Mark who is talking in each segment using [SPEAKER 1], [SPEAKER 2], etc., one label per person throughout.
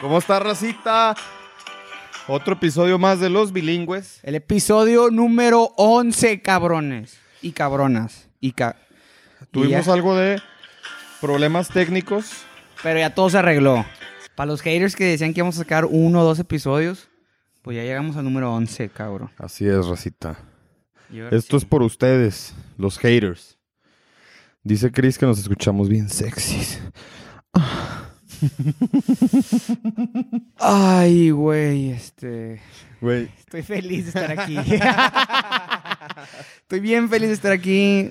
[SPEAKER 1] ¿Cómo está, racita? Otro episodio más de Los Bilingües.
[SPEAKER 2] El episodio número 11, cabrones. Y cabronas. Y ca-
[SPEAKER 1] Tuvimos
[SPEAKER 2] y ya.
[SPEAKER 1] algo de problemas técnicos.
[SPEAKER 2] Pero ya todo se arregló. Para los haters que decían que íbamos a sacar uno o dos episodios, pues ya llegamos al número 11, cabrón.
[SPEAKER 1] Así es, racita.
[SPEAKER 2] Y ahora
[SPEAKER 1] Esto es
[SPEAKER 2] sí.
[SPEAKER 1] por ustedes, los haters. Dice Chris que nos escuchamos bien sexys.
[SPEAKER 2] Ay, güey, este...
[SPEAKER 1] Güey,
[SPEAKER 2] Estoy feliz de estar aquí. Estoy bien feliz de estar aquí.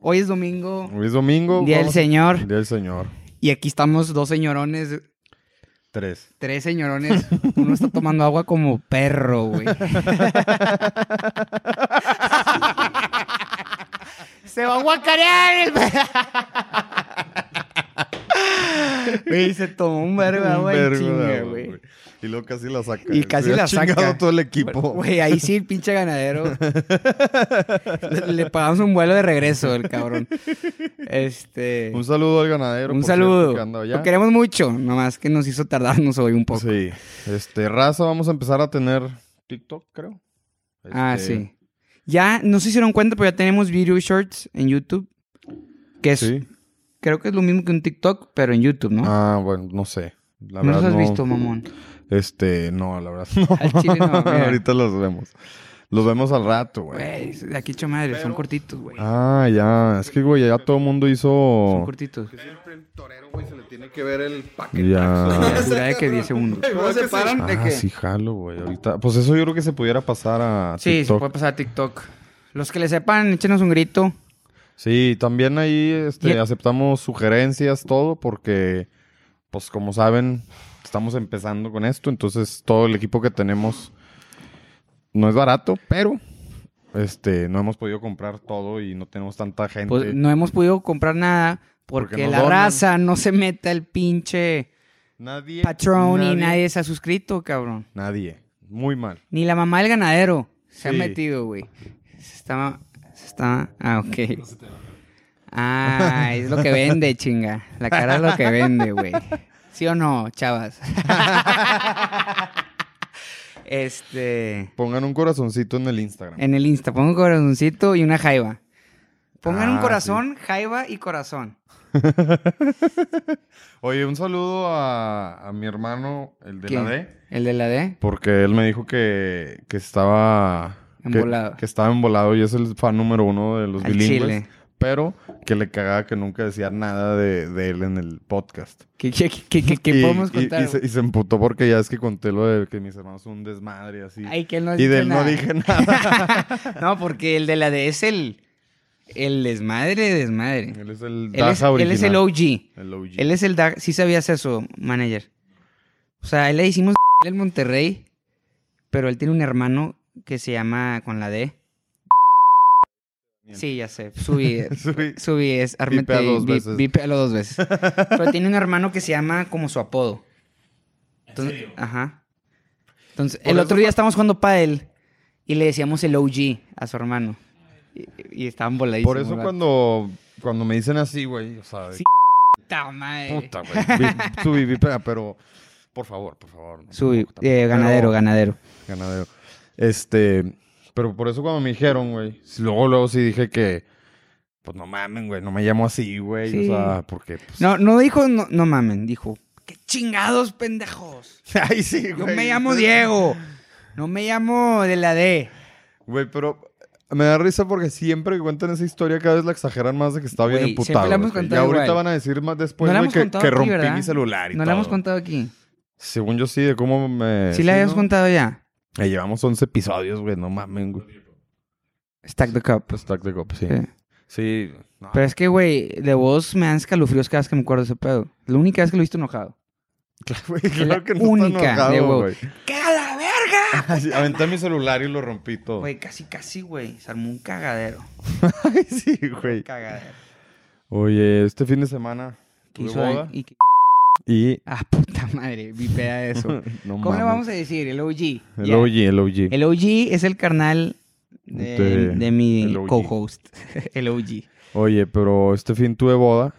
[SPEAKER 2] Hoy es domingo,
[SPEAKER 1] hoy es domingo.
[SPEAKER 2] Día del
[SPEAKER 1] vamos-
[SPEAKER 2] Señor.
[SPEAKER 1] Día del Señor.
[SPEAKER 2] Y aquí estamos dos señorones
[SPEAKER 1] Tres.
[SPEAKER 2] tres señorones, uno está tomando agua como perro, güey. Se va a guacarear el perro. Güey, se tomó un vergo de
[SPEAKER 1] Un
[SPEAKER 2] agua en
[SPEAKER 1] vergo de
[SPEAKER 2] chinga,
[SPEAKER 1] agua,
[SPEAKER 2] güey.
[SPEAKER 1] Y luego casi la saca.
[SPEAKER 2] Y casi
[SPEAKER 1] Se
[SPEAKER 2] la
[SPEAKER 1] ha chingado
[SPEAKER 2] saca.
[SPEAKER 1] todo el equipo.
[SPEAKER 2] Güey, ahí sí el pinche ganadero. le, le pagamos un vuelo de regreso, el cabrón. Este.
[SPEAKER 1] Un saludo al ganadero.
[SPEAKER 2] Un
[SPEAKER 1] por cierto,
[SPEAKER 2] saludo.
[SPEAKER 1] que anda allá.
[SPEAKER 2] Lo queremos mucho, nomás que nos hizo tardarnos hoy un poco.
[SPEAKER 1] Sí. Este, raza, vamos a empezar a tener TikTok, creo.
[SPEAKER 2] Ah,
[SPEAKER 1] Este,
[SPEAKER 2] sí. Ya, no sé si se dieron cuenta, pero ya tenemos video shorts en YouTube. Que es,
[SPEAKER 1] Sí.
[SPEAKER 2] creo que es lo mismo que un TikTok, pero en YouTube, ¿no?
[SPEAKER 1] Ah, bueno, no sé. La
[SPEAKER 2] no los
[SPEAKER 1] verdad,
[SPEAKER 2] has
[SPEAKER 1] no.
[SPEAKER 2] visto, mamón.
[SPEAKER 1] Este, no, la verdad. No.
[SPEAKER 2] Al chile no, mira.
[SPEAKER 1] Ahorita los vemos. Los vemos al rato, güey.
[SPEAKER 2] Güey, de aquí hecho madre, son cortitos, güey.
[SPEAKER 1] Ah, ya. Es que, güey, ya todo el mundo
[SPEAKER 2] Son
[SPEAKER 1] hizo.
[SPEAKER 2] cortitos.
[SPEAKER 3] Siempre el torero, güey, se le tiene que ver el paquete.
[SPEAKER 1] Ya.
[SPEAKER 2] Jura de que 10 segundos.
[SPEAKER 3] Luego se paran de
[SPEAKER 1] Ah,
[SPEAKER 3] que...
[SPEAKER 1] sí, jalo, güey. Ahorita. Pues eso yo creo que se pudiera pasar a
[SPEAKER 2] Sí, se
[SPEAKER 1] TikTok.
[SPEAKER 2] puede pasar a TikTok. Los que le sepan, échenos un grito.
[SPEAKER 1] Sí, también ahí este,
[SPEAKER 2] Y-
[SPEAKER 1] aceptamos sugerencias, todo, porque, pues como saben, estamos empezando con esto, entonces todo el equipo que tenemos no es barato, pero este, no hemos podido comprar todo y no tenemos tanta gente.
[SPEAKER 2] Pues no hemos podido comprar nada porque,
[SPEAKER 1] Porque no
[SPEAKER 2] la
[SPEAKER 1] donan.
[SPEAKER 2] raza no se meta el pinche
[SPEAKER 1] nadie.
[SPEAKER 2] patrón y nadie se ha suscrito, cabrón.
[SPEAKER 1] Nadie. Muy mal.
[SPEAKER 2] Ni la mamá del ganadero se ha
[SPEAKER 1] Sí.
[SPEAKER 2] metido, güey. Se está... Se está... Ah, ok. Ah, es lo que vende, chinga. La cara es lo que vende, güey. ¿Sí o no, chavas? Este...
[SPEAKER 1] Pongan un corazoncito en el Instagram.
[SPEAKER 2] En el Insta, pongan un corazoncito y una jaiba. Pongan un
[SPEAKER 1] Ah,
[SPEAKER 2] corazón, jaiba y corazón.
[SPEAKER 1] Oye, un saludo a, a mi hermano, el de
[SPEAKER 2] ¿Quién?
[SPEAKER 1] la D.
[SPEAKER 2] ¿El de la D?
[SPEAKER 1] Porque él me dijo que, que estaba... que-
[SPEAKER 2] Embolado.
[SPEAKER 1] Que, estaba embolado y es el fan número uno de los
[SPEAKER 2] Al
[SPEAKER 1] bilingües.
[SPEAKER 2] chile.
[SPEAKER 1] Pero que le cagaba que nunca decía nada de, de él en el podcast.
[SPEAKER 2] ¿Qué, qué, qué- qué- qué
[SPEAKER 1] Y-
[SPEAKER 2] podemos
[SPEAKER 1] y-
[SPEAKER 2] contar?
[SPEAKER 1] Y, se,
[SPEAKER 2] güey?
[SPEAKER 1] y se emputó porque ya es que conté lo de que mis hermanos son un desmadre y así.
[SPEAKER 2] Ay, que él no
[SPEAKER 1] y
[SPEAKER 2] dice
[SPEAKER 1] de él
[SPEAKER 2] nada.
[SPEAKER 1] no dije nada.
[SPEAKER 2] No, porque el de la D es el... El desmadre, desmadre.
[SPEAKER 1] él es el
[SPEAKER 2] Él es,
[SPEAKER 1] Daja
[SPEAKER 2] él es
[SPEAKER 1] original.
[SPEAKER 2] el OG.
[SPEAKER 1] El OG.
[SPEAKER 2] Él es el da Sí sabías eso, manager. O sea, él le hicimos el Monterrey, pero él tiene un hermano que se llama con la D. Sí, ya sé. Subí,
[SPEAKER 1] Subí.
[SPEAKER 2] subí es Armete
[SPEAKER 1] Vipéalo dos
[SPEAKER 2] vi-
[SPEAKER 1] veces.
[SPEAKER 2] vipéalo dos veces. Pero tiene un hermano que se llama como su apodo. Entonces, Ajá. Entonces,
[SPEAKER 1] Por
[SPEAKER 2] el
[SPEAKER 1] eso
[SPEAKER 2] otro día
[SPEAKER 1] pa-
[SPEAKER 2] estábamos jugando él y le decíamos el OG a su hermano. Y, y estaban voladísimos.
[SPEAKER 1] Por eso
[SPEAKER 2] ¿verdad?
[SPEAKER 1] cuando, cuando me dicen así, güey, o sea, de
[SPEAKER 2] Sí, Puta madre.
[SPEAKER 1] puta, güey. vi- Subí, vi, pero- pero por favor, por favor. no
[SPEAKER 2] Subí,
[SPEAKER 1] tampoco, tampoco.
[SPEAKER 2] eh, ganadero,
[SPEAKER 1] Pero-
[SPEAKER 2] ganadero.
[SPEAKER 1] ganadero. Este, pero por eso cuando me dijeron, güey, si- luego, luego sí dije que, pues no mamen, güey, no me llamo así, güey,
[SPEAKER 2] Sí.
[SPEAKER 1] o sea, porque, pues,
[SPEAKER 2] No, no dijo, no, no mamen, dijo, qué chingados pendejos.
[SPEAKER 1] ay, sí,
[SPEAKER 2] Yo
[SPEAKER 1] güey.
[SPEAKER 2] me llamo Diego, no me llamo de la D.
[SPEAKER 1] Güey, pero me da risa porque siempre que cuentan esa historia cada vez la exageran más de que estaba bien
[SPEAKER 2] Güey,
[SPEAKER 1] emputado.
[SPEAKER 2] siempre la hemos
[SPEAKER 1] güey. Y
[SPEAKER 2] contado
[SPEAKER 1] ahorita
[SPEAKER 2] igual.
[SPEAKER 1] van a decir más después
[SPEAKER 2] No la
[SPEAKER 1] güey,
[SPEAKER 2] hemos
[SPEAKER 1] que,
[SPEAKER 2] contado
[SPEAKER 1] que
[SPEAKER 2] aquí,
[SPEAKER 1] rompí
[SPEAKER 2] ¿verdad?
[SPEAKER 1] mi celular y
[SPEAKER 2] No la hemos
[SPEAKER 1] todo.
[SPEAKER 2] contado aquí.
[SPEAKER 1] Según yo sí, de cómo me...
[SPEAKER 2] Sí la habíamos
[SPEAKER 1] ¿no?
[SPEAKER 2] contado ya.
[SPEAKER 1] Eh, llevamos 11 episodios, güey, no mamen, güey.
[SPEAKER 2] Stack the Cup.
[SPEAKER 1] Pues Stack the Cop, sí.
[SPEAKER 2] Sí.
[SPEAKER 1] Sí. no.
[SPEAKER 2] Pero es que, güey, de vos me dan escalofríos cada vez que me acuerdo de ese pedo. La única vez que lo he visto enojado.
[SPEAKER 1] Claro, güey,
[SPEAKER 2] la
[SPEAKER 1] claro que no
[SPEAKER 2] única de
[SPEAKER 1] está enojado,
[SPEAKER 2] huevo.
[SPEAKER 1] güey.
[SPEAKER 2] ¡Qué a la verga!
[SPEAKER 1] Así, aventé mi celular y lo rompí todo.
[SPEAKER 2] Güey, casi, casi, güey. Se armó un cagadero.
[SPEAKER 1] Ay, sí, güey.
[SPEAKER 2] Cagadero.
[SPEAKER 1] Oye, este fin de semana
[SPEAKER 2] ¿Qué
[SPEAKER 1] tuve
[SPEAKER 2] hizo
[SPEAKER 1] boda
[SPEAKER 2] ahí? ¿Y qué-
[SPEAKER 1] y...
[SPEAKER 2] Ah, puta madre, bipeda de eso.
[SPEAKER 1] No
[SPEAKER 2] ¿Cómo le
[SPEAKER 1] mames.
[SPEAKER 2] vamos a decir? El OG.
[SPEAKER 1] El
[SPEAKER 2] Ya.
[SPEAKER 1] OG, el OG.
[SPEAKER 2] El OG es el carnal de,
[SPEAKER 1] De-
[SPEAKER 2] de mi
[SPEAKER 1] el OG.
[SPEAKER 2] co-host, el OG.
[SPEAKER 1] Oye, pero este fin tuve boda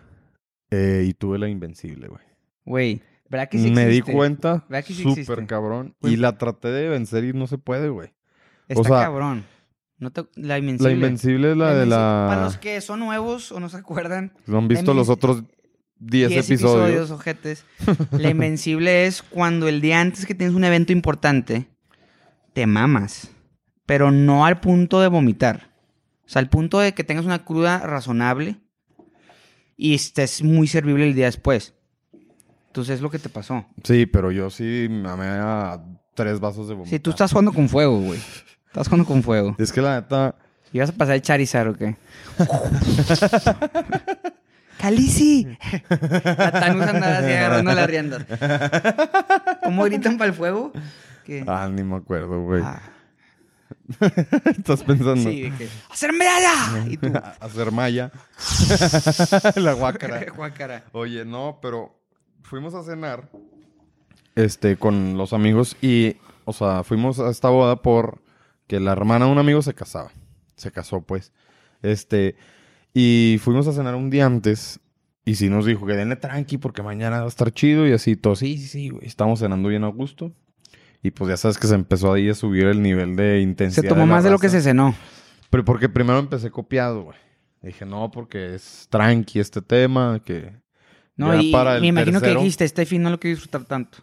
[SPEAKER 1] eh, y tuve la Invencible, güey.
[SPEAKER 2] Güey, ¿Verdad que sí
[SPEAKER 1] Me di
[SPEAKER 2] existe?
[SPEAKER 1] cuenta,
[SPEAKER 2] ¿Verdad que sí
[SPEAKER 1] súper
[SPEAKER 2] existe? Pues
[SPEAKER 1] cabrón.
[SPEAKER 2] Güey.
[SPEAKER 1] Y la traté de vencer y no se puede, güey.
[SPEAKER 2] Está
[SPEAKER 1] o sea,
[SPEAKER 2] cabrón. No te- la
[SPEAKER 1] La
[SPEAKER 2] invencible.
[SPEAKER 1] Invencible es la de
[SPEAKER 2] Invencible. Para los
[SPEAKER 1] la...
[SPEAKER 2] que son nuevos o no se acuerdan,
[SPEAKER 1] No han visto
[SPEAKER 2] Inven-
[SPEAKER 1] los otros 10
[SPEAKER 2] 10
[SPEAKER 1] episodios.
[SPEAKER 2] episodios, ojetes. La invencible es cuando el día antes que tienes un evento importante, te mamas. Pero no al punto de vomitar. O sea, al punto de que tengas una cruda razonable y estés muy servible el día después. Entonces es lo que te pasó.
[SPEAKER 1] Sí, pero yo sí mamé a tres vasos de vomita.
[SPEAKER 2] Si tú estás jugando con fuego, güey. Estás jugando con fuego.
[SPEAKER 1] Es que la neta...
[SPEAKER 2] ¿Y vas a pasar el Charizard o qué? ¡Calici! La Thanos andaba así agarrando las riendas. ¿Cómo gritan para el fuego? Que-
[SPEAKER 1] Ah, ni me acuerdo, güey.
[SPEAKER 2] Ah,
[SPEAKER 1] Estás pensando...
[SPEAKER 2] sí, de que... ¡Hacerme allá! Y tú...
[SPEAKER 1] Hacer malla. la guácara.
[SPEAKER 2] guácara.
[SPEAKER 1] Oye, no, pero fuimos a cenar este con los amigos y o sea, fuimos a esta boda por que la hermana de un amigo se casaba. Se casó, pues. Este y fuimos a cenar un día antes y sí nos dijo que denle tranqui porque mañana va a estar chido y así todo. Sí, sí, sí, güey, estamos cenando bien a gusto. Y pues ya sabes que se empezó ahí a subir el nivel de intensidad.
[SPEAKER 2] Se tomó
[SPEAKER 1] la
[SPEAKER 2] más de lo que
[SPEAKER 1] raza.
[SPEAKER 2] se cenó.
[SPEAKER 1] Pero porque primero empecé copiado, güey. Dije, no, porque es tranqui este tema, que...
[SPEAKER 2] No,
[SPEAKER 1] ya
[SPEAKER 2] y
[SPEAKER 1] para el
[SPEAKER 2] me imagino
[SPEAKER 1] tercero,
[SPEAKER 2] que dijiste, este fin no lo quiero disfrutar tanto.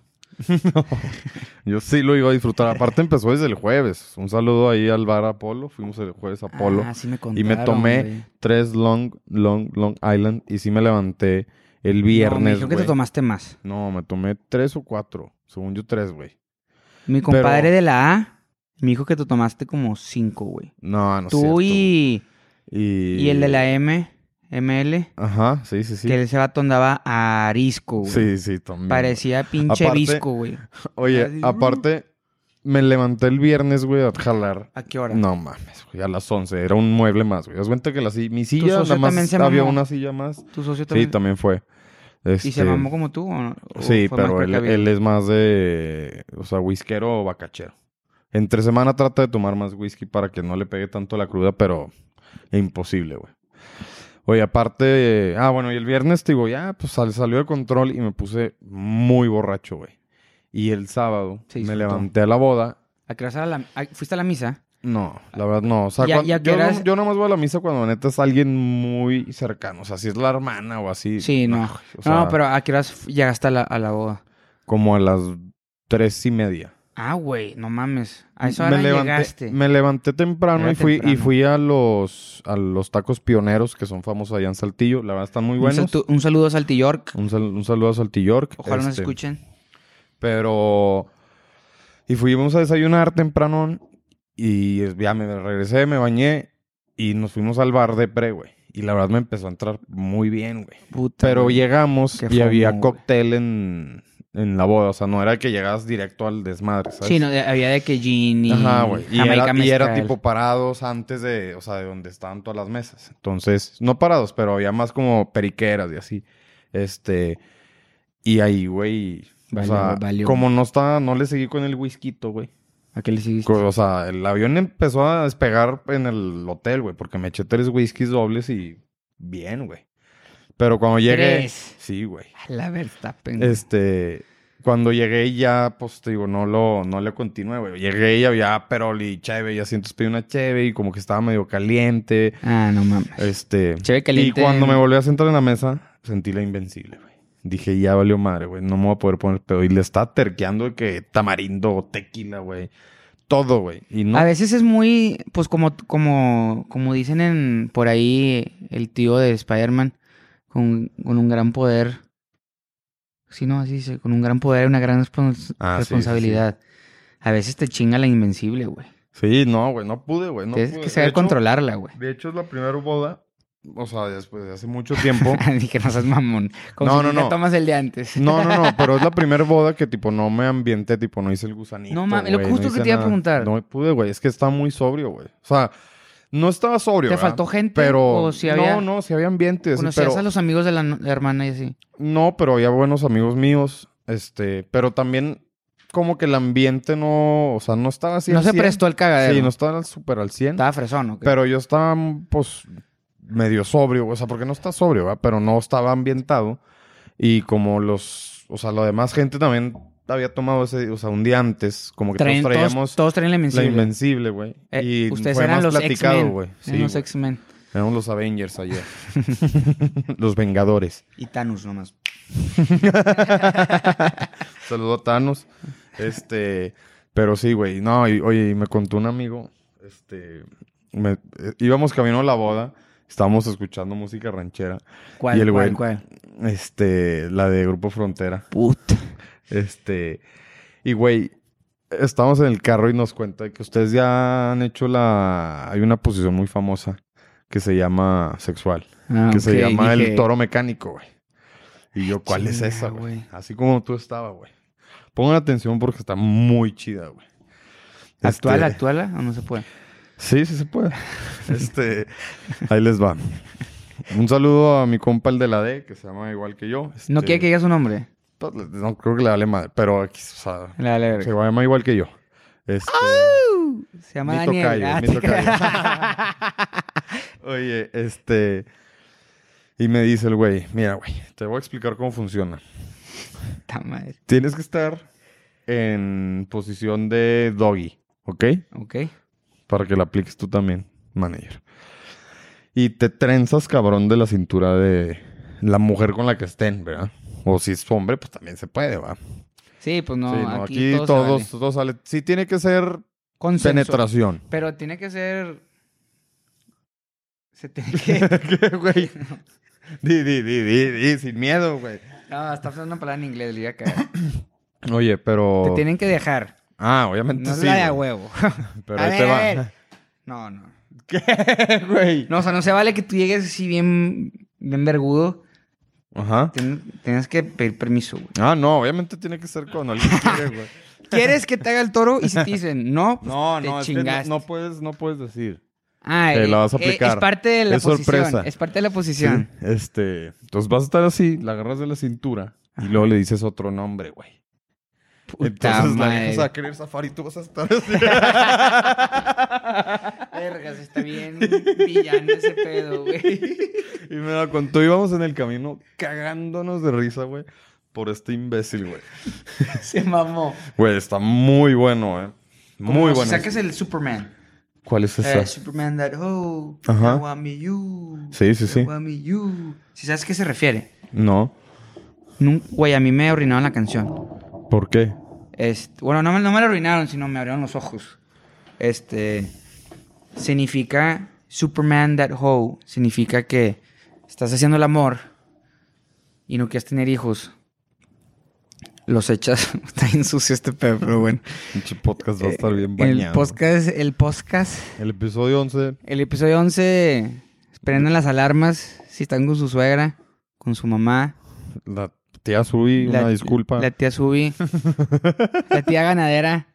[SPEAKER 1] Yo sí lo iba a disfrutar. Aparte empezó desde el jueves. Un saludo ahí al bar Apolo. Fuimos el jueves a Apolo.
[SPEAKER 2] Ah, sí me
[SPEAKER 1] y me
[SPEAKER 2] contaron,
[SPEAKER 1] tomé
[SPEAKER 2] güey.
[SPEAKER 1] tres Long, Long, Long Island. Y sí me levanté el
[SPEAKER 2] No, me
[SPEAKER 1] viernes,
[SPEAKER 2] dijeron que
[SPEAKER 1] güey.
[SPEAKER 2] te tomaste más.
[SPEAKER 1] No, me tomé tres o cuatro. Según yo, tres, güey.
[SPEAKER 2] Mi compadre de la A me dijo que te tomaste como cinco, güey.
[SPEAKER 1] No, no sé.
[SPEAKER 2] Tú y...
[SPEAKER 1] y...
[SPEAKER 2] Y el de la M, ML,
[SPEAKER 1] Ajá, sí, sí, sí.
[SPEAKER 2] que ese vato andaba arisco, güey.
[SPEAKER 1] Sí, sí, también.
[SPEAKER 2] Parecía pinche
[SPEAKER 1] Aparte-
[SPEAKER 2] visco, güey.
[SPEAKER 1] Oye,
[SPEAKER 2] Así,
[SPEAKER 1] aparte, me levanté el viernes, güey, a jalar.
[SPEAKER 2] ¿A qué hora?
[SPEAKER 1] No mames, güey, a las 11. Era un mueble más, güey. Haz cuenta que la si- mi
[SPEAKER 2] Tu
[SPEAKER 1] silla
[SPEAKER 2] socio
[SPEAKER 1] nada más
[SPEAKER 2] también se
[SPEAKER 1] había
[SPEAKER 2] mamó.
[SPEAKER 1] una silla más.
[SPEAKER 2] ¿Tu socio
[SPEAKER 1] Sí,
[SPEAKER 2] también?
[SPEAKER 1] también fue.
[SPEAKER 2] ¿Y
[SPEAKER 1] Este,
[SPEAKER 2] se mamó como tú? o no? ¿O
[SPEAKER 1] Sí,
[SPEAKER 2] fue más
[SPEAKER 1] pero él,
[SPEAKER 2] precavido?
[SPEAKER 1] él es más de, o sea, whiskero o bacachero. Entre semana trata de tomar más whisky para que no le pegue tanto la cruda, pero imposible, güey. Oye, aparte, ah, bueno, y el viernes, te digo, ya, pues sal- salió de control y me puse muy borracho, güey. Y el sábado
[SPEAKER 2] Se
[SPEAKER 1] me
[SPEAKER 2] disfrutó.
[SPEAKER 1] levanté a la boda.
[SPEAKER 2] ¿A qué hora sal- a la- a- ¿Fuiste a la misa?
[SPEAKER 1] No, la verdad no. O sea,
[SPEAKER 2] Ya-
[SPEAKER 1] cuando-
[SPEAKER 2] ya que
[SPEAKER 1] yo, no-
[SPEAKER 2] eras-
[SPEAKER 1] yo nomás voy a la misa cuando neta es alguien muy cercano. O sea, si es la hermana o así.
[SPEAKER 2] Sí, no.
[SPEAKER 1] güey, o sea,
[SPEAKER 2] no, pero ¿a qué hora llegaste a la, a la boda?
[SPEAKER 1] Como a las tres y media.
[SPEAKER 2] Ah, güey, no mames. A esa hora
[SPEAKER 1] levanté,
[SPEAKER 2] llegaste.
[SPEAKER 1] me levanté temprano
[SPEAKER 2] Era
[SPEAKER 1] y fui y
[SPEAKER 2] temprano.
[SPEAKER 1] fui a los a los tacos pioneros que son famosos allá en Saltillo. La verdad están muy
[SPEAKER 2] Un,
[SPEAKER 1] buenos.
[SPEAKER 2] sal- un saludo a Salty York.
[SPEAKER 1] Un, sal- un saludo a Saltillo. York.
[SPEAKER 2] Ojalá nos
[SPEAKER 1] Este,
[SPEAKER 2] escuchen.
[SPEAKER 1] Pero y fuimos a desayunar temprano y es- ya me regresé, me bañé y nos fuimos al bar de pre, güey. Y la verdad me empezó a entrar muy bien, güey.
[SPEAKER 2] Puta,
[SPEAKER 1] Pero
[SPEAKER 2] güey.
[SPEAKER 1] llegamos
[SPEAKER 2] Qué
[SPEAKER 1] y había
[SPEAKER 2] fomo, güey.
[SPEAKER 1] cóctel en, en la boda. O sea, no era que llegabas directo al desmadre, ¿sabes?
[SPEAKER 2] Sí, no, de- había de que gin y
[SPEAKER 1] Ajá, güey. Y,
[SPEAKER 2] Jamaica
[SPEAKER 1] era, y era
[SPEAKER 2] mezcal.
[SPEAKER 1] tipo parados antes de, o sea, de donde estaban todas las mesas. Entonces, no parados, pero había más como periqueras y así. Este, y ahí, güey, o
[SPEAKER 2] Valió,
[SPEAKER 1] sea,
[SPEAKER 2] valió.
[SPEAKER 1] como no estaba, no le seguí con el whisky, güey.
[SPEAKER 2] ¿A qué le seguiste?
[SPEAKER 1] Co- O sea, el avión empezó a despegar en el hotel, güey, porque me eché tres whiskies dobles y bien, güey. Pero cuando llegué,
[SPEAKER 2] Tres.
[SPEAKER 1] sí, güey.
[SPEAKER 2] A la Verstappen. güey.
[SPEAKER 1] Este, cuando llegué ya, pues te digo, no lo, no le continué, güey. Llegué y había peroli, cheve y así, entonces pedí una cheve y como que estaba medio caliente,
[SPEAKER 2] Ah, no mames.
[SPEAKER 1] este.
[SPEAKER 2] Cheve caliente.
[SPEAKER 1] Y cuando me volví a sentar en la mesa, sentí la invencible, güey. Dije, ya valió madre, güey, no me voy a poder poner pedo. Y le estaba terqueando de que tamarindo, tequila, güey. Todo, güey. Y no.
[SPEAKER 2] A veces es muy, pues como, como, como dicen en por ahí el tío de Spider-Man, con, con un gran poder. Sí, no, así dice, con un gran poder, una gran respons-
[SPEAKER 1] Ah, sí, sí,
[SPEAKER 2] responsabilidad. A veces te chinga la invencible, güey.
[SPEAKER 1] Sí, no, güey, no pude, güey. No
[SPEAKER 2] Tienes
[SPEAKER 1] pude.
[SPEAKER 2] que saber
[SPEAKER 1] De hecho-
[SPEAKER 2] controlarla, güey.
[SPEAKER 1] De hecho, es la primera boda, o sea, después de hace mucho tiempo.
[SPEAKER 2] Dije, no seas mamón. Como
[SPEAKER 1] No,
[SPEAKER 2] si te
[SPEAKER 1] no, no.
[SPEAKER 2] tomas el de antes.
[SPEAKER 1] No, no, no, pero es la primera boda que tipo no me ambienté, tipo no hice el gusanito.
[SPEAKER 2] No mames, lo
[SPEAKER 1] güey,
[SPEAKER 2] justo que
[SPEAKER 1] hice
[SPEAKER 2] te iba a
[SPEAKER 1] nada.
[SPEAKER 2] preguntar.
[SPEAKER 1] No pude, güey, es que estaba muy sobrio, güey. O sea, no estaba sobrio.
[SPEAKER 2] ¿Te
[SPEAKER 1] ¿verdad?
[SPEAKER 2] faltó gente?
[SPEAKER 1] Pero
[SPEAKER 2] ¿O si había,
[SPEAKER 1] no, no, si había ambiente, sí,
[SPEAKER 2] ¿Conocías
[SPEAKER 1] pero
[SPEAKER 2] a los amigos de la, no- la hermana y así?
[SPEAKER 1] no, pero había buenos amigos míos, este, pero también como que el ambiente no, o sea, no estaba así.
[SPEAKER 2] no
[SPEAKER 1] al
[SPEAKER 2] se
[SPEAKER 1] 100.
[SPEAKER 2] prestó al cagadero.
[SPEAKER 1] Sí, no estaba súper al 100.
[SPEAKER 2] Estaba fresón, ¿o qué?
[SPEAKER 1] Pero yo estaba, pues, medio sobrio, güey. o sea, porque no está sobrio, ¿verdad? Pero no estaba ambientado. Y como los o sea, la demás gente también había tomado ese, o sea, un día antes, como que
[SPEAKER 2] Traen-
[SPEAKER 1] todos
[SPEAKER 2] todos,
[SPEAKER 1] traíamos
[SPEAKER 2] todos traen la
[SPEAKER 1] la
[SPEAKER 2] invencible.
[SPEAKER 1] Invencible, güey.
[SPEAKER 2] Eh,
[SPEAKER 1] y
[SPEAKER 2] ustedes
[SPEAKER 1] fue
[SPEAKER 2] eran
[SPEAKER 1] más
[SPEAKER 2] los
[SPEAKER 1] platicado,
[SPEAKER 2] X-Men.
[SPEAKER 1] güey.
[SPEAKER 2] Eran
[SPEAKER 1] Sí,
[SPEAKER 2] los
[SPEAKER 1] güey.
[SPEAKER 2] X-Men.
[SPEAKER 1] Éramos los Avengers ayer. los Vengadores.
[SPEAKER 2] Y Thanos nomás.
[SPEAKER 1] Saludos a Thanos. Este, pero sí, güey. No, y- oye, y me contó un amigo, este, me- eh, íbamos camino a la boda, estábamos escuchando música ranchera,
[SPEAKER 2] ¿Cuál,
[SPEAKER 1] Y el
[SPEAKER 2] cuál,
[SPEAKER 1] güey-
[SPEAKER 2] cuál?
[SPEAKER 1] este, la de Grupo Frontera,
[SPEAKER 2] Puta.
[SPEAKER 1] este, y güey, estábamos en el carro y nos cuenta que ustedes ya han hecho la, hay una posición muy famosa que se llama sexual.
[SPEAKER 2] Ah,
[SPEAKER 1] que se
[SPEAKER 2] ok,
[SPEAKER 1] llama
[SPEAKER 2] dije,
[SPEAKER 1] el toro mecánico, güey. Y yo, ¿cuál es
[SPEAKER 2] chinga,
[SPEAKER 1] esa, güey?
[SPEAKER 2] güey.
[SPEAKER 1] Así como tú estabas, güey. Pongan atención porque está muy chida, güey.
[SPEAKER 2] ¿Actual,
[SPEAKER 1] Este,
[SPEAKER 2] actuala o no se puede?
[SPEAKER 1] Sí, sí se puede. este, ahí les va. Un saludo a mi compa el de la D, que se llama igual que yo.
[SPEAKER 2] No
[SPEAKER 1] Este,
[SPEAKER 2] quiere que diga su nombre.
[SPEAKER 1] pues, No creo que le vale madre, pero aquí, o sea,
[SPEAKER 2] La, la verga. Uh,
[SPEAKER 1] se llama igual que yo. Este,
[SPEAKER 2] Se llama
[SPEAKER 1] Mi
[SPEAKER 2] Daniel.
[SPEAKER 1] tocayo,
[SPEAKER 2] Ah,
[SPEAKER 1] mi
[SPEAKER 2] te
[SPEAKER 1] tocayo.
[SPEAKER 2] creas.
[SPEAKER 1] Oye, este. Y me dice el güey, mira, güey, te voy a explicar cómo funciona.
[SPEAKER 2] Ta madre.
[SPEAKER 1] Tienes que estar en posición de doggy, ¿ok?
[SPEAKER 2] Ok.
[SPEAKER 1] Para que la apliques tú también, manager. Y te trenzas, cabrón, de la cintura de la mujer con la que estén, ¿verdad? O si es hombre, pues también se puede, ¿va?
[SPEAKER 2] Sí, pues no,
[SPEAKER 1] Sí, no,
[SPEAKER 2] aquí, todo se
[SPEAKER 1] aquí, todos,
[SPEAKER 2] vale.
[SPEAKER 1] todos sale. Sí tiene que ser
[SPEAKER 2] Consenso.
[SPEAKER 1] penetración.
[SPEAKER 2] Pero tiene que ser... Se tiene que...
[SPEAKER 1] ¿Qué, güey? Di, di, di, di, di, sin miedo, güey.
[SPEAKER 2] No, está usando una palabra en inglés, le iba a cagar.
[SPEAKER 1] Oye, pero...
[SPEAKER 2] Te tienen que dejar.
[SPEAKER 1] Ah, obviamente
[SPEAKER 2] No es
[SPEAKER 1] sí,
[SPEAKER 2] la de a
[SPEAKER 1] güey.
[SPEAKER 2] huevo.
[SPEAKER 1] Pero
[SPEAKER 2] A
[SPEAKER 1] ahí te
[SPEAKER 2] ver, a
[SPEAKER 1] va.
[SPEAKER 2] ver. No, no.
[SPEAKER 1] ¿Qué, güey?
[SPEAKER 2] No, o sea, no se vale que tú llegues así bien, bien vergudo.
[SPEAKER 1] Ajá.
[SPEAKER 2] Tien- tienes que pedir permiso, güey.
[SPEAKER 1] Ah, no, obviamente tiene que ser cuando alguien quiere, güey.
[SPEAKER 2] ¿Quieres que te haga el toro? Y si te dicen no, pues
[SPEAKER 1] No,
[SPEAKER 2] te
[SPEAKER 1] no, es que no,
[SPEAKER 2] chingaste.
[SPEAKER 1] no puedes, no puedes decir.
[SPEAKER 2] Ah,
[SPEAKER 1] Te
[SPEAKER 2] eh,
[SPEAKER 1] la vas a
[SPEAKER 2] eh,
[SPEAKER 1] aplicar.
[SPEAKER 2] Es parte de la
[SPEAKER 1] Es
[SPEAKER 2] posición.
[SPEAKER 1] sorpresa.
[SPEAKER 2] Es parte de la
[SPEAKER 1] Sí.
[SPEAKER 2] posición.
[SPEAKER 1] Este, entonces vas a estar así, la agarras de la cintura y luego le dices otro nombre, güey.
[SPEAKER 2] Puta
[SPEAKER 1] Entonces la
[SPEAKER 2] madre.
[SPEAKER 1] dejas a querer zafar y tú vas a estar así.
[SPEAKER 2] Vergas, está bien villano ese pedo, güey.
[SPEAKER 1] y me la contó, íbamos en el camino cagándonos de risa, güey, por este imbécil, güey.
[SPEAKER 2] Se mamó.
[SPEAKER 1] Güey, está muy bueno, eh. Muy bueno.
[SPEAKER 2] Sacas el Superman.
[SPEAKER 1] ¿Cuál es
[SPEAKER 2] Eh,
[SPEAKER 1] esa?
[SPEAKER 2] Superman that, oh,
[SPEAKER 1] Ajá.
[SPEAKER 2] I want me you.
[SPEAKER 1] Sí, sí, sí.
[SPEAKER 2] I want me you. Si sabes a qué se refiere.
[SPEAKER 1] No.
[SPEAKER 2] Nun- Güey, a mí me arruinaron la canción.
[SPEAKER 1] ¿Por qué?
[SPEAKER 2] Este, bueno, no me, no me la arruinaron, sino me abrieron los ojos. Este. Significa Superman that hoe. Significa que estás haciendo el amor y no quieres tener hijos. Los echas. Está bien sucio este pedo, pero bueno.
[SPEAKER 1] Pinche podcast va a estar bien
[SPEAKER 2] Eh, El
[SPEAKER 1] bañado.
[SPEAKER 2] podcast, el podcast.
[SPEAKER 1] El episodio 11.
[SPEAKER 2] El episodio 11. Prendan las alarmas si están con su suegra, con su mamá.
[SPEAKER 1] La tía Sui,
[SPEAKER 2] la-
[SPEAKER 1] una disculpa.
[SPEAKER 2] La tía Subi. la tía ganadera.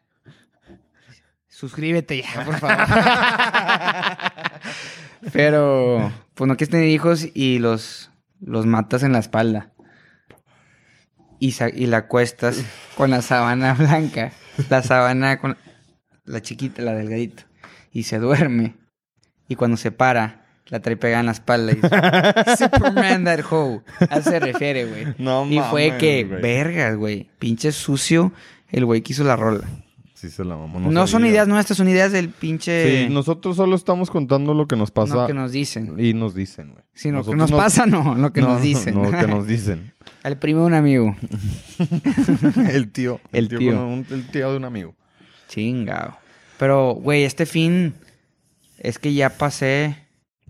[SPEAKER 2] Suscríbete ya, por favor. Pero, pues no quieres tener hijos y los, los matas en la espalda. Y, sa- y la acuestas con la sábana blanca. La sábana con la chiquita, la delgadita. Y se duerme. Y cuando se para, la trae pegada en la espalda. Y dice, Superman that hoe. A eso se refiere, güey.
[SPEAKER 1] No
[SPEAKER 2] Y fue
[SPEAKER 1] mames,
[SPEAKER 2] que,
[SPEAKER 1] güey.
[SPEAKER 2] vergas, güey. Pinche sucio el güey que hizo la rola.
[SPEAKER 1] Sí, se la mamó.
[SPEAKER 2] No, son
[SPEAKER 1] sabía.
[SPEAKER 2] ideas nuestras, son ideas del pinche...
[SPEAKER 1] Sí, nosotros solo estamos contando lo que nos pasa
[SPEAKER 2] no que nos dicen.
[SPEAKER 1] y nos dicen, güey.
[SPEAKER 2] Sino lo que
[SPEAKER 1] Nosotros
[SPEAKER 2] nos pasa, no. Lo que
[SPEAKER 1] no,
[SPEAKER 2] nos dicen.
[SPEAKER 1] No, que nos dicen.
[SPEAKER 2] Al primo de un amigo.
[SPEAKER 1] el tío.
[SPEAKER 2] El tío.
[SPEAKER 1] con un- el tío de un amigo.
[SPEAKER 2] Chingao. Pero, güey, este fin... Es que ya pasé...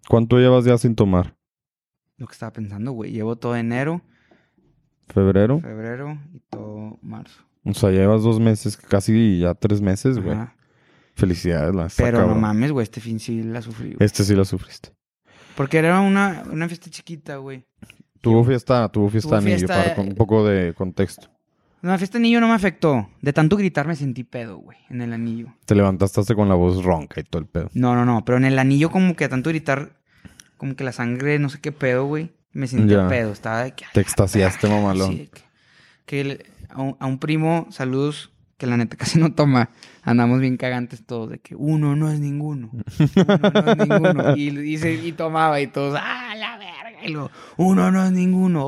[SPEAKER 1] ¿Cuánto llevas ya sin tomar?
[SPEAKER 2] Lo que estaba pensando, güey. Llevo todo enero,
[SPEAKER 1] ¿Febrero?
[SPEAKER 2] febrero y todo marzo.
[SPEAKER 1] O sea, llevas dos meses, casi ya tres meses, Pues, güey.
[SPEAKER 2] Ajá.
[SPEAKER 1] Felicidades, la está
[SPEAKER 2] Pero no
[SPEAKER 1] cabrón.
[SPEAKER 2] mames, güey. Este fin sí la sufrí, güey.
[SPEAKER 1] Este sí la sufriste.
[SPEAKER 2] Porque era una, una fiesta chiquita, güey.
[SPEAKER 1] Tuvo fiesta, tuvo fiesta,
[SPEAKER 2] Tuvo
[SPEAKER 1] anillo,
[SPEAKER 2] fiesta- eh,
[SPEAKER 1] para con un poco de contexto.
[SPEAKER 2] No, la fiesta de anillo no me afectó. De tanto gritar me sentí pedo, güey, en el anillo.
[SPEAKER 1] Te levantaste con la voz ronca y todo el pedo.
[SPEAKER 2] No, no, no, pero en el anillo como que de tanto gritar, como que la sangre, no sé qué pedo, güey. Me sentí
[SPEAKER 1] Ya.
[SPEAKER 2] pedo, estaba de que...
[SPEAKER 1] Te extasiaste, este mamalón.
[SPEAKER 2] Sí, de que, que el- a, un, a un primo, saludos, que la neta casi no toma. Andamos bien cagantes todos, de que uno no es ninguno. Uno no es ninguno. Y, y se- y tomaba y todos, ¡ah, la verga! y luego, uno no es ninguno,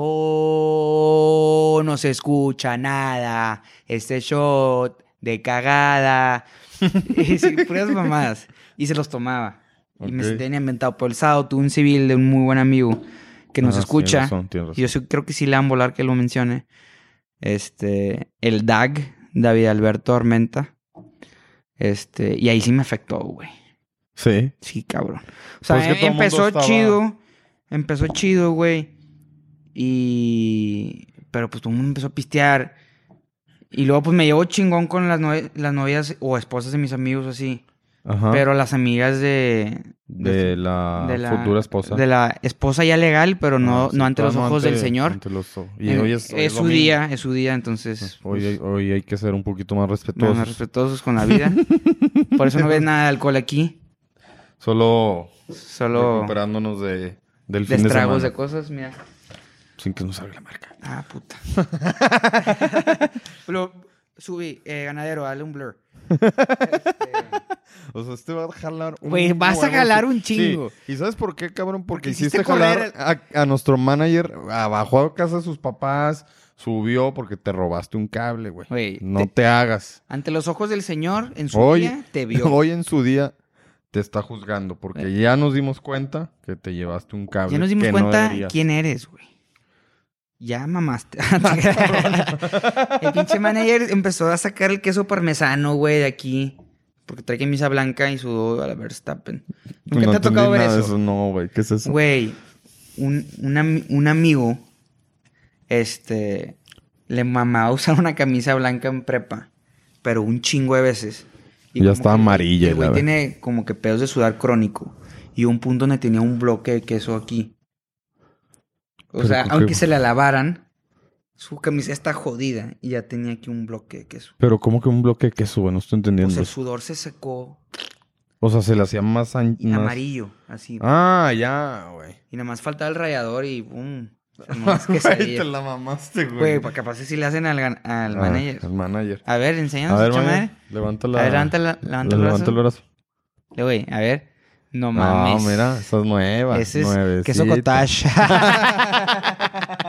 [SPEAKER 2] oh, no se escucha nada, este shot de cagada, y sí, puras mamadas. Y se los tomaba. Y me
[SPEAKER 1] Ok.
[SPEAKER 2] sentía bien inventado. Pero el sábado tuve un civil de un muy buen amigo que nos
[SPEAKER 1] Ah, sí,
[SPEAKER 2] escucha.
[SPEAKER 1] tienes razón, tienes
[SPEAKER 2] Y Yo sí- creo que sí le van a volar que lo mencione. Este, el DAG, David Alberto Armenta. Este, y ahí sí me afectó, güey.
[SPEAKER 1] Sí.
[SPEAKER 2] Sí, cabrón. O sea, em,
[SPEAKER 1] Pues es que todo el mundo
[SPEAKER 2] empezó
[SPEAKER 1] estaba-
[SPEAKER 2] chido. Empezó chido, güey. Y. Pero pues todo el mundo empezó a pistear. Y luego pues me llevo chingón con las, nove- las novias o esposas de mis amigos así.
[SPEAKER 1] Ajá.
[SPEAKER 2] Pero las amigas de...
[SPEAKER 1] de, la
[SPEAKER 2] de la-
[SPEAKER 1] futura esposa.
[SPEAKER 2] De la esposa ya legal, pero no,
[SPEAKER 1] Ah, sí,
[SPEAKER 2] no ante los
[SPEAKER 1] claro, no
[SPEAKER 2] ojos del
[SPEAKER 1] ante-
[SPEAKER 2] Señor.
[SPEAKER 1] ante los ojos. Y
[SPEAKER 2] En-
[SPEAKER 1] hoy es, hoy es
[SPEAKER 2] su
[SPEAKER 1] domingo.
[SPEAKER 2] día, Eh, es su día, entonces...
[SPEAKER 1] Hoy, hay-
[SPEAKER 2] pues,
[SPEAKER 1] hoy hay que ser un poquito más respetuosos.
[SPEAKER 2] menos respetuosos con la vida. Por eso no ves nada de alcohol aquí.
[SPEAKER 1] Solo
[SPEAKER 2] Solo
[SPEAKER 1] recuperándonos de, del fin de semana.
[SPEAKER 2] destragos de cosas, mira.
[SPEAKER 1] Sin que nos salga la marca.
[SPEAKER 2] Ah, puta. Lo subí, eh, ganadero, dale un blur.
[SPEAKER 1] O sea, este va a jalar un
[SPEAKER 2] Güey, vas a
[SPEAKER 1] huevo,
[SPEAKER 2] jalar
[SPEAKER 1] sí.
[SPEAKER 2] un chingo.
[SPEAKER 1] Sí. ¿Y sabes por qué, cabrón?
[SPEAKER 2] Porque
[SPEAKER 1] Porque, hiciste,
[SPEAKER 2] hiciste
[SPEAKER 1] jalar a, a nuestro manager, ah, bajó a casa de sus papás, subió porque te robaste un cable, güey.
[SPEAKER 2] Güey,
[SPEAKER 1] No
[SPEAKER 2] te-
[SPEAKER 1] te, hagas.
[SPEAKER 2] Ante los ojos del Señor, en su
[SPEAKER 1] Hoy,
[SPEAKER 2] día, te vio.
[SPEAKER 1] hoy en su día te está juzgando porque ya nos dimos cuenta que te llevaste un cable.
[SPEAKER 2] Eh. Ya nos dimos
[SPEAKER 1] que no
[SPEAKER 2] cuenta
[SPEAKER 1] deberías.
[SPEAKER 2] quién eres, güey. Ya mamaste. Ah, el pinche manager empezó a sacar el queso parmesano, güey, de aquí. Porque trae camisa blanca y sudó a la Verstappen. Nunca
[SPEAKER 1] Pues No
[SPEAKER 2] te ha tocado
[SPEAKER 1] entendí
[SPEAKER 2] ver
[SPEAKER 1] nada de
[SPEAKER 2] eso.
[SPEAKER 1] No, güey. ¿Qué es eso?
[SPEAKER 2] Güey, un, un ami- un amigo, este, le mamaba usar una camisa blanca en prepa. Pero un chingo de veces.
[SPEAKER 1] Ya
[SPEAKER 2] como
[SPEAKER 1] estaba
[SPEAKER 2] que el-
[SPEAKER 1] amarilla,
[SPEAKER 2] El güey
[SPEAKER 1] la verdad.
[SPEAKER 2] tiene como que pedos de sudar crónico. Y un punto donde tenía un bloque de queso aquí. O
[SPEAKER 1] Pero
[SPEAKER 2] sea,
[SPEAKER 1] ¿con qué?
[SPEAKER 2] aunque se la lavaran, su camisa está jodida y ya tenía aquí un bloque de queso.
[SPEAKER 1] Pero ¿cómo que un bloque de queso, güey? No estoy
[SPEAKER 2] O
[SPEAKER 1] entendiendo.
[SPEAKER 2] sea, el sudor se secó
[SPEAKER 1] O sea, se le hacía más... an-
[SPEAKER 2] y
[SPEAKER 1] más-
[SPEAKER 2] amarillo, así.
[SPEAKER 1] Ah, ya, güey.
[SPEAKER 2] Y nada más faltaba el rallador y ¡bum! Se armó las
[SPEAKER 1] Güey,
[SPEAKER 2] quesadillas.
[SPEAKER 1] te la mamaste, güey.
[SPEAKER 2] Güey, pues capaz que sí le hacen al, gan- al
[SPEAKER 1] Ah,
[SPEAKER 2] manager.
[SPEAKER 1] Al manager.
[SPEAKER 2] A ver,
[SPEAKER 1] A
[SPEAKER 2] enséñanos,
[SPEAKER 1] ver,
[SPEAKER 2] hecha
[SPEAKER 1] manager,
[SPEAKER 2] madre.
[SPEAKER 1] levanta
[SPEAKER 2] A
[SPEAKER 1] la...
[SPEAKER 2] ver, levanta, la, levanta el brazo.
[SPEAKER 1] Levanta el brazo.
[SPEAKER 2] Le Güey, a ver. No
[SPEAKER 1] No,
[SPEAKER 2] mames.
[SPEAKER 1] mira, esas nuevas.
[SPEAKER 2] Ese es
[SPEAKER 1] nuevecita.
[SPEAKER 2] queso cottage.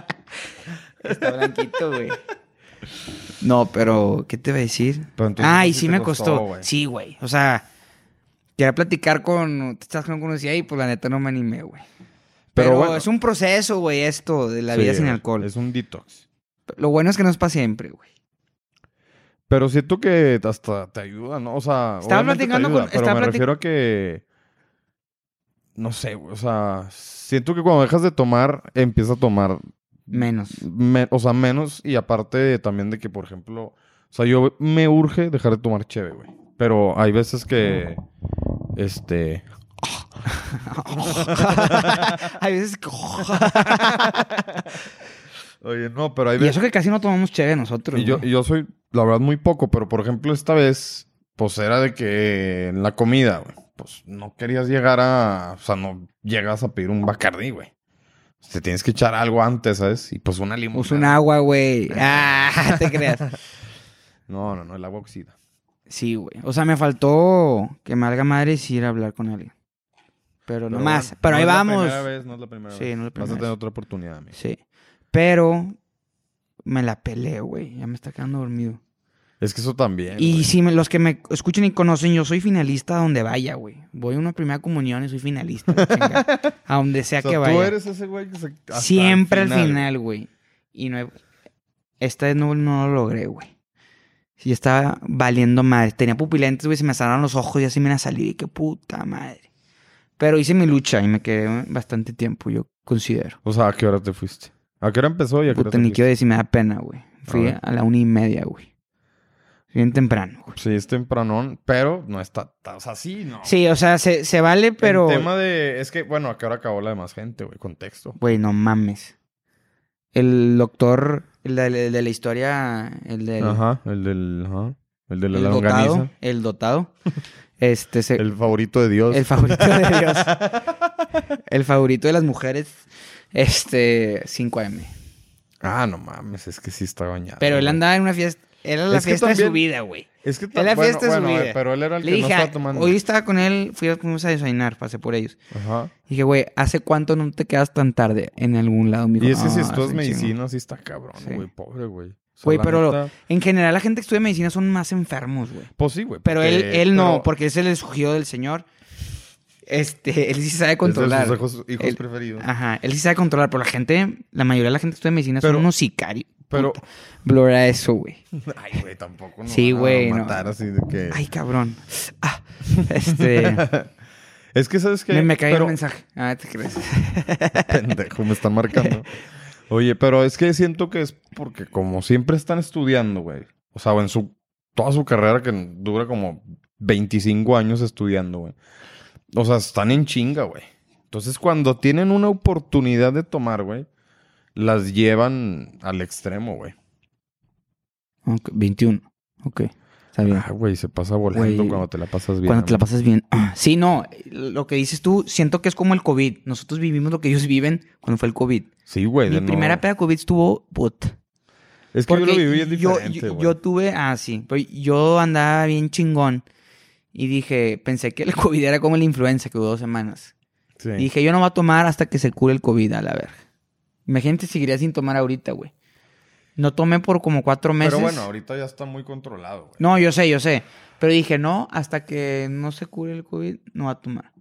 [SPEAKER 2] Está blanquito, güey. No, pero, ¿qué te iba a decir?
[SPEAKER 1] Pero entonces
[SPEAKER 2] Ah,
[SPEAKER 1] sí
[SPEAKER 2] y sí
[SPEAKER 1] te
[SPEAKER 2] me
[SPEAKER 1] costó,
[SPEAKER 2] costó.
[SPEAKER 1] güey.
[SPEAKER 2] sí, güey. O sea, quería platicar con... Te estás con conocida y pues la neta no me animé, güey. Pero,
[SPEAKER 1] Pero bueno.
[SPEAKER 2] es un proceso, güey, esto de la vida
[SPEAKER 1] Sí,
[SPEAKER 2] sin
[SPEAKER 1] güey,
[SPEAKER 2] alcohol.
[SPEAKER 1] Es un detox.
[SPEAKER 2] Lo bueno es que no es para siempre, güey.
[SPEAKER 1] Pero siento que hasta te ayuda, ¿no? O sea,
[SPEAKER 2] Estaba
[SPEAKER 1] obviamente te
[SPEAKER 2] platicando
[SPEAKER 1] ayuda,
[SPEAKER 2] con-
[SPEAKER 1] Pero
[SPEAKER 2] estaba
[SPEAKER 1] me
[SPEAKER 2] platic-
[SPEAKER 1] refiero a que... No sé, güey, o sea... Siento que cuando dejas de tomar, empieza a tomar
[SPEAKER 2] Menos.
[SPEAKER 1] Me- o sea, menos. Y aparte de- también de que, por ejemplo, o sea, yo me urge dejar de tomar cheve, güey. Pero hay veces que, este,
[SPEAKER 2] Hay veces que...
[SPEAKER 1] oye, no, pero hay
[SPEAKER 2] y eso
[SPEAKER 1] veces.
[SPEAKER 2] que casi no tomamos cheve nosotros.
[SPEAKER 1] Y yo,
[SPEAKER 2] güey.
[SPEAKER 1] y yo soy, la verdad, muy poco. Pero, por ejemplo, esta vez, pues era de que en la comida, güey, pues no querías llegar a, o sea, no llegas a pedir un bacardí, güey. Te tienes que echar algo antes, ¿sabes? Y pues una limonada.
[SPEAKER 2] Usa un agua, güey. Ah, te creas.
[SPEAKER 1] No, no, no, el agua oxida.
[SPEAKER 2] Sí, güey. O sea, me faltó que me valga madre si ir a hablar con alguien. Pero, no más.
[SPEAKER 1] bueno,
[SPEAKER 2] Pero
[SPEAKER 1] no
[SPEAKER 2] ahí
[SPEAKER 1] es la
[SPEAKER 2] vamos.
[SPEAKER 1] primera vez, no es la primera
[SPEAKER 2] Sí,
[SPEAKER 1] vez.
[SPEAKER 2] no es la
[SPEAKER 1] Vas
[SPEAKER 2] primera
[SPEAKER 1] a tener
[SPEAKER 2] vez.
[SPEAKER 1] otra oportunidad, amigo.
[SPEAKER 2] Sí. Pero me la peleé, güey. Ya me está quedando dormido.
[SPEAKER 1] Es que eso también.
[SPEAKER 2] Y
[SPEAKER 1] Eh, güey.
[SPEAKER 2] si me- los que me escuchan y conocen, yo soy finalista a donde vaya, güey. Voy a una primera comunión y soy finalista. la chingada. a donde sea,
[SPEAKER 1] O sea,
[SPEAKER 2] que vaya.
[SPEAKER 1] Tú eres ese güey que se. hasta el
[SPEAKER 2] Siempre al final, güey. Y no he- Esta vez no, no lo logré, güey. Sí, estaba valiendo madre. Tenía pupilentes, güey. Se me cerraron los ojos y así me iban a salir. Y qué puta madre. Pero hice mi lucha y me quedé bastante tiempo, yo considero.
[SPEAKER 1] O sea, ¿a qué hora te fuiste? ¿A qué hora empezó y a qué hora
[SPEAKER 2] Puta,
[SPEAKER 1] te
[SPEAKER 2] ni
[SPEAKER 1] fuiste?
[SPEAKER 2] quiero decir, me da pena, güey. Fui
[SPEAKER 1] ver.
[SPEAKER 2] a, la una y media, güey. Bien temprano, güey.
[SPEAKER 1] Sí, es tempranón, pero no está. ta- O sea, sí, no.
[SPEAKER 2] Sí, o sea, se, se vale, pero...
[SPEAKER 1] El tema de. Es que, bueno, ¿a qué hora acabó la demás gente, güey? Contexto.
[SPEAKER 2] Güey, no mames. El doctor, el de, el de la historia, el del...
[SPEAKER 1] Ajá, el del. Ajá. El de la
[SPEAKER 2] el
[SPEAKER 1] longaniza.
[SPEAKER 2] dotado, el dotado. Este se- el,
[SPEAKER 1] El favorito de Dios.
[SPEAKER 2] favorito de Dios. el favorito de las mujeres. Este 5M.
[SPEAKER 1] Ah, no mames, es que sí está bañado.
[SPEAKER 2] Pero él
[SPEAKER 1] güey.
[SPEAKER 2] andaba en una fiesta. Era la
[SPEAKER 1] Ah. Es que
[SPEAKER 2] fiesta de su
[SPEAKER 1] también-
[SPEAKER 2] vida, güey.
[SPEAKER 1] Es que
[SPEAKER 2] En la
[SPEAKER 1] bueno,
[SPEAKER 2] fiesta es
[SPEAKER 1] bueno,
[SPEAKER 2] su
[SPEAKER 1] eh,
[SPEAKER 2] vida.
[SPEAKER 1] Pero él era el
[SPEAKER 2] Le
[SPEAKER 1] que
[SPEAKER 2] dije,
[SPEAKER 1] no
[SPEAKER 2] "Ah,
[SPEAKER 1] estaba tomando.
[SPEAKER 2] hoy estaba con él, fui a, fuimos a desayunar, pasé por ellos.
[SPEAKER 1] Ajá.
[SPEAKER 2] Dije, güey, ¿hace cuánto no te quedas tan tarde en algún lado? Me dijo,
[SPEAKER 1] Y es que si
[SPEAKER 2] "No, hace
[SPEAKER 1] estudias
[SPEAKER 2] un chingo".
[SPEAKER 1] medicina, sí está cabrón,
[SPEAKER 2] Sí.
[SPEAKER 1] güey. Pobre, güey. O sea,
[SPEAKER 2] Güey,
[SPEAKER 1] la
[SPEAKER 2] pero
[SPEAKER 1] neta-
[SPEAKER 2] en general la gente que estudia medicina son más enfermos, güey.
[SPEAKER 1] Pues sí, güey.
[SPEAKER 2] Pero él,
[SPEAKER 1] porque-
[SPEAKER 2] él no,
[SPEAKER 1] pero
[SPEAKER 2] porque es el escogido del señor. Este, él sí sabe
[SPEAKER 1] es de sus
[SPEAKER 2] controlar. Ah.
[SPEAKER 1] hijos, hijos
[SPEAKER 2] Él-
[SPEAKER 1] preferidos.
[SPEAKER 2] Ajá, él sí sabe controlar, pero la gente, la mayoría de la gente que estudia medicina
[SPEAKER 1] Pero-
[SPEAKER 2] son unos sicarios.
[SPEAKER 1] pero-
[SPEAKER 2] Puta, Blur a eso, güey.
[SPEAKER 1] Ay, güey, tampoco no
[SPEAKER 2] Sí,
[SPEAKER 1] van a
[SPEAKER 2] güey, no.
[SPEAKER 1] matar así de que...
[SPEAKER 2] Ay, cabrón. Ah, este,
[SPEAKER 1] Es que, ¿sabes qué?
[SPEAKER 2] me, me cayó
[SPEAKER 1] Pero-
[SPEAKER 2] el mensaje. Ah, te crees.
[SPEAKER 1] Pendejo, me están marcando. Oye, pero es que siento que es porque como siempre están estudiando, güey. O sea, en su toda su carrera que dura como 25 años estudiando, güey. O sea, están en chinga, güey. Entonces, cuando tienen una oportunidad de tomar, güey, las llevan al extremo, güey.
[SPEAKER 2] Ok, 21. Ok, está bien.
[SPEAKER 1] Ah, güey, se pasa volando
[SPEAKER 2] Güey,
[SPEAKER 1] cuando te la pasas bien.
[SPEAKER 2] Cuando te la
[SPEAKER 1] ¿no?
[SPEAKER 2] pasas pues bien. Ah, Sí, no, lo que dices tú, siento que es como el COVID. Nosotros vivimos lo que ellos viven cuando fue el COVID.
[SPEAKER 1] Sí, güey.
[SPEAKER 2] Mi
[SPEAKER 1] de no-
[SPEAKER 2] primera peda COVID estuvo put.
[SPEAKER 1] Es que yo lo viví bien diferente,
[SPEAKER 2] yo,
[SPEAKER 1] güey.
[SPEAKER 2] yo tuve, ah, sí, pero yo andaba bien chingón y dije, pensé que el COVID era como la influenza que duró dos semanas.
[SPEAKER 1] Sí.
[SPEAKER 2] Y dije, yo no voy a tomar hasta que se cure el COVID, a la verga. Imagínate, seguiría sin tomar ahorita, güey. No tomé por como cuatro meses.
[SPEAKER 1] Pero bueno, ahorita ya está muy controlado, güey.
[SPEAKER 2] No, yo sé, yo sé. Pero dije, no, hasta que no se cure el COVID, no va a tomar.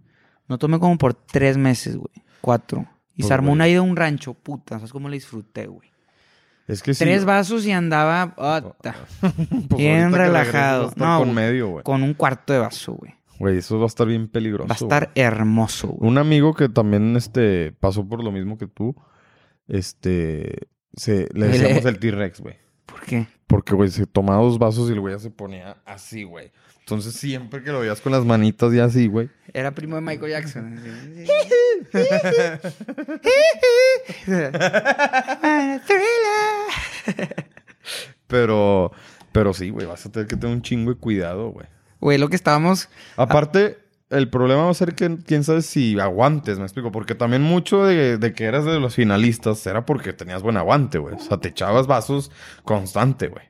[SPEAKER 2] No tomé como por tres meses, güey. Cuatro. Y
[SPEAKER 1] Pues,
[SPEAKER 2] se armó
[SPEAKER 1] güey.
[SPEAKER 2] una ida a un rancho, puta. ¿Sabes cómo la disfruté, güey?
[SPEAKER 1] Es que sí, Oh,
[SPEAKER 2] Tres
[SPEAKER 1] güey.
[SPEAKER 2] vasos y andaba ota,
[SPEAKER 1] Pues
[SPEAKER 2] Bien
[SPEAKER 1] ahorita que
[SPEAKER 2] relajado.
[SPEAKER 1] regreses va a estar
[SPEAKER 2] No,
[SPEAKER 1] con
[SPEAKER 2] güey.
[SPEAKER 1] medio, güey.
[SPEAKER 2] con un cuarto de vaso, güey.
[SPEAKER 1] Güey, eso va a estar bien peligroso.
[SPEAKER 2] Va a estar
[SPEAKER 1] güey.
[SPEAKER 2] hermoso, güey.
[SPEAKER 1] Un amigo que también este, pasó por lo mismo que tú, este, se,
[SPEAKER 2] Le-
[SPEAKER 1] le decíamos el T-Rex, güey.
[SPEAKER 2] ¿Por qué?
[SPEAKER 1] Porque, güey, se tomaba dos vasos y el güey ya se ponía así, güey. Entonces, siempre que lo veías con las manitas ya así, güey.
[SPEAKER 2] Era primo de Michael Jackson.
[SPEAKER 1] Pero, pero sí, güey, vas a tener que tener un chingo de cuidado, güey.
[SPEAKER 2] Güey, lo que estábamos...
[SPEAKER 1] Aparte, el problema va a ser que quién sabe si aguantes, me explico. Porque también mucho de, de que eras de los finalistas era porque tenías buen aguante, güey. O sea, te echabas vasos constante, güey.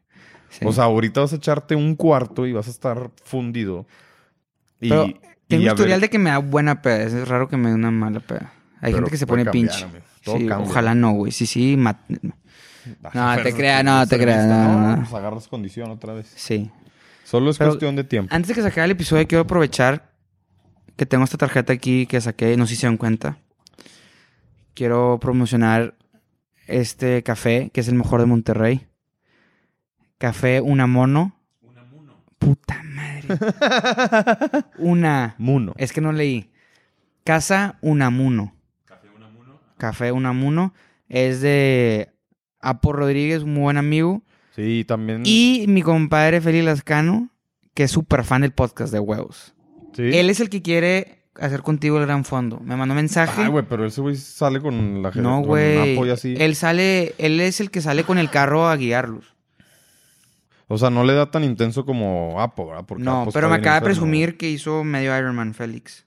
[SPEAKER 2] Sí.
[SPEAKER 1] O sea, ahorita vas a echarte un cuarto y vas a estar fundido. Y,
[SPEAKER 2] Pero
[SPEAKER 1] y
[SPEAKER 2] tengo un
[SPEAKER 1] a ver-
[SPEAKER 2] historial de que me da buena peda. Es raro que me dé una mala peda. Hay
[SPEAKER 1] Pero
[SPEAKER 2] gente que se
[SPEAKER 1] puede
[SPEAKER 2] pone
[SPEAKER 1] cambiar,
[SPEAKER 2] pinche.
[SPEAKER 1] amigo. Todo
[SPEAKER 2] Sí,
[SPEAKER 1] cambia.
[SPEAKER 2] ojalá no, güey. Sí, sí. mat-
[SPEAKER 1] Ah,
[SPEAKER 2] No, te
[SPEAKER 1] pero
[SPEAKER 2] creas,
[SPEAKER 1] si
[SPEAKER 2] no,
[SPEAKER 1] eres
[SPEAKER 2] te creas,
[SPEAKER 1] extremista,
[SPEAKER 2] no, no.
[SPEAKER 1] Pues agarras condición otra vez.
[SPEAKER 2] Sí.
[SPEAKER 1] Solo es
[SPEAKER 2] Pero-
[SPEAKER 1] cuestión de tiempo.
[SPEAKER 2] Antes de que se acabe el episodio, quiero aprovechar que tengo esta tarjeta aquí que saqué. No sé si se dan cuenta. Quiero promocionar este café, que es el mejor de Monterrey. Café Unamono. Unamuno. Puta madre. Una.
[SPEAKER 1] Muno.
[SPEAKER 2] Es que no leí. Casa Unamuno. Café Unamuno. Es de Apo Rodríguez, un muy buen amigo.
[SPEAKER 1] Sí, también.
[SPEAKER 2] Y mi compadre Félix Lascano, que es súper fan del podcast de huevos.
[SPEAKER 1] sí.
[SPEAKER 2] Él es el que quiere hacer contigo el gran fondo. Me mandó mensaje.
[SPEAKER 1] Ay, güey, pero ese güey sale con la
[SPEAKER 2] no,
[SPEAKER 1] con
[SPEAKER 2] güey.
[SPEAKER 1] Napo y así.
[SPEAKER 2] Él sale, él es el que sale con el carro a guiarlos.
[SPEAKER 1] O sea, no le da tan intenso como Apo, ¿verdad? Porque
[SPEAKER 2] no,
[SPEAKER 1] Apo está
[SPEAKER 2] pero me
[SPEAKER 1] bien
[SPEAKER 2] acaba de
[SPEAKER 1] enfermo.
[SPEAKER 2] presumir que hizo medio Ironman Félix.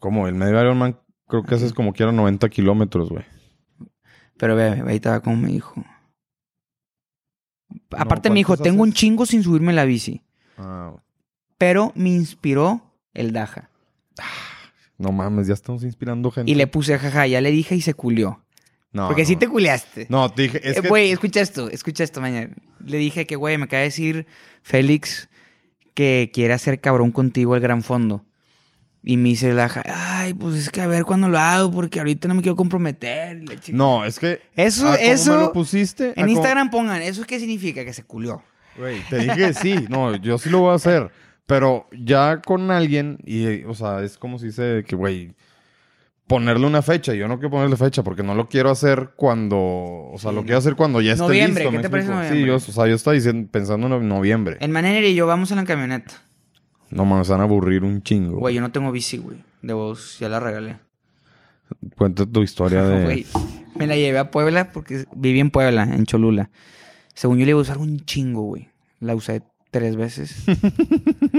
[SPEAKER 1] Como el medio Ironman, creo que haces como quiera 90 kilómetros, güey.
[SPEAKER 2] Pero ve, ve, ahí estaba como me dijo. Aparte me dijo,
[SPEAKER 1] ¿cuántos
[SPEAKER 2] tengo un
[SPEAKER 1] haces?
[SPEAKER 2] chingo sin subirme la bici.
[SPEAKER 1] Ah,
[SPEAKER 2] Pero me inspiró el Daja.
[SPEAKER 1] no mames, ya estamos inspirando gente.
[SPEAKER 2] Y le puse jaja, ya le dije y se culió.
[SPEAKER 1] No,
[SPEAKER 2] Porque
[SPEAKER 1] no,
[SPEAKER 2] sí te
[SPEAKER 1] no.
[SPEAKER 2] culeaste.
[SPEAKER 1] No, te dije, es
[SPEAKER 2] Eh,
[SPEAKER 1] que...
[SPEAKER 2] Güey, escucha esto, escucha esto mañana. Le dije que, güey, me acaba de decir Félix que quiere hacer cabrón contigo el gran fondo. Y me dice la ja- ay, pues es que a ver cuándo lo hago, porque ahorita no me quiero comprometer. y la chica-
[SPEAKER 1] No, es que...
[SPEAKER 2] Eso-
[SPEAKER 1] ¿a cómo
[SPEAKER 2] eso-
[SPEAKER 1] me lo pusiste? ¿A
[SPEAKER 2] En
[SPEAKER 1] cómo-
[SPEAKER 2] Instagram pongan, ¿eso qué significa? Que se culió.
[SPEAKER 1] Güey, te dije que sí. No, yo sí lo voy a hacer. Pero ya con alguien, y, eh, o sea, es como si dice que, güey, ponerle una fecha. Yo no quiero ponerle fecha porque no lo quiero hacer cuando, o sea,
[SPEAKER 2] Sí,
[SPEAKER 1] lo
[SPEAKER 2] no.
[SPEAKER 1] quiero hacer cuando ya esté
[SPEAKER 2] Noviembre,
[SPEAKER 1] listo.
[SPEAKER 2] ¿qué
[SPEAKER 1] ¿me
[SPEAKER 2] te parece
[SPEAKER 1] explico?
[SPEAKER 2] noviembre?
[SPEAKER 1] Sí, yo, o sea, yo estaba diciendo, pensando en noviembre.
[SPEAKER 2] En Manera y yo vamos en la camioneta.
[SPEAKER 1] No mames, van a aburrir un chingo.
[SPEAKER 2] Güey, yo no tengo bici, güey. De vos, ya la regalé.
[SPEAKER 1] Cuenta tu historia de...
[SPEAKER 2] Güey, me la llevé a Puebla porque viví en Puebla, en Cholula. Según yo le iba a usar un chingo, güey. La usé tres veces.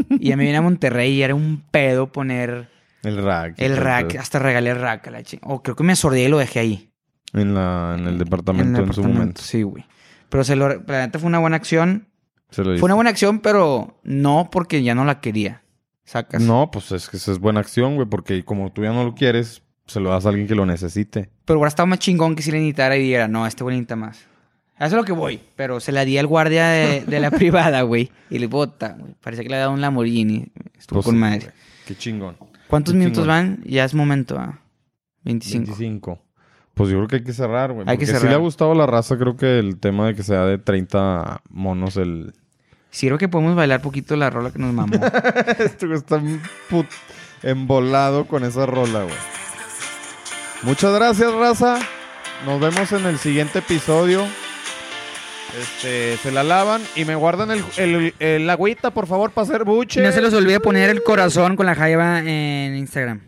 [SPEAKER 2] y ya me vine a Monterrey y era un pedo poner
[SPEAKER 1] El rack.
[SPEAKER 2] el rack. Hasta regalé el rack a la chingada. O creo que me asordé y lo dejé ahí.
[SPEAKER 1] En, la, en el
[SPEAKER 2] el
[SPEAKER 1] departamento en, su
[SPEAKER 2] departamento,
[SPEAKER 1] momento.
[SPEAKER 2] Sí, güey. Pero se lo, la neta fue una buena acción.
[SPEAKER 1] Se lo
[SPEAKER 2] Fue una buena acción, pero no porque ya no la quería. Sacas.
[SPEAKER 1] No, pues es que esa es buena acción, güey, porque como tú ya no lo quieres, se lo das a alguien que lo necesite.
[SPEAKER 2] Pero hubiera estado más chingón que si le necesitara y dijera, no, este güey necesita más. A Eso es lo que voy. Pero se la di al guardia de, de la privada, güey. Y le bota, güey. Parece que le ha dado un Lamborghini. Estuvo
[SPEAKER 1] Pues
[SPEAKER 2] con
[SPEAKER 1] sí,
[SPEAKER 2] madre.
[SPEAKER 1] güey. Qué chingón.
[SPEAKER 2] ¿Cuántos
[SPEAKER 1] Qué
[SPEAKER 2] minutos
[SPEAKER 1] chingón.
[SPEAKER 2] van? Ya es momento, ¿ah? 25.
[SPEAKER 1] 25. Pues yo creo que hay que cerrar, güey.
[SPEAKER 2] Hay que
[SPEAKER 1] porque si
[SPEAKER 2] cerrar.
[SPEAKER 1] le ha gustado a la raza, creo que el tema de que sea de 30 monos el...
[SPEAKER 2] Sirve que podemos bailar poquito la rola que nos mamó.
[SPEAKER 1] Esto Este está un put- embolado con esa rola, güey. Muchas gracias, raza. Nos vemos en el siguiente episodio. Este, se la lavan y me guardan el, el- el agüita, por favor, para hacer buche.
[SPEAKER 2] no se los olvide poner el corazón con la jaiba en Instagram.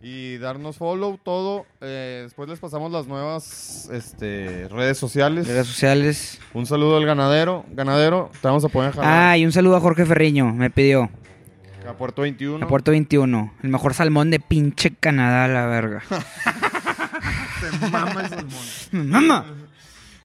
[SPEAKER 1] Y darnos follow, todo. Eh, después les pasamos las nuevas este, redes sociales.
[SPEAKER 2] Redes sociales.
[SPEAKER 1] Un saludo al ganadero. Ganadero, te vamos a poner a jalar
[SPEAKER 2] Ah, y un saludo a Jorge Ferriño. Me pidió.
[SPEAKER 1] a Puerto 21.
[SPEAKER 2] A Puerto 21. El mejor salmón de pinche Canadá, la verga.
[SPEAKER 3] Te mama el salmón.
[SPEAKER 2] ¡Mamá!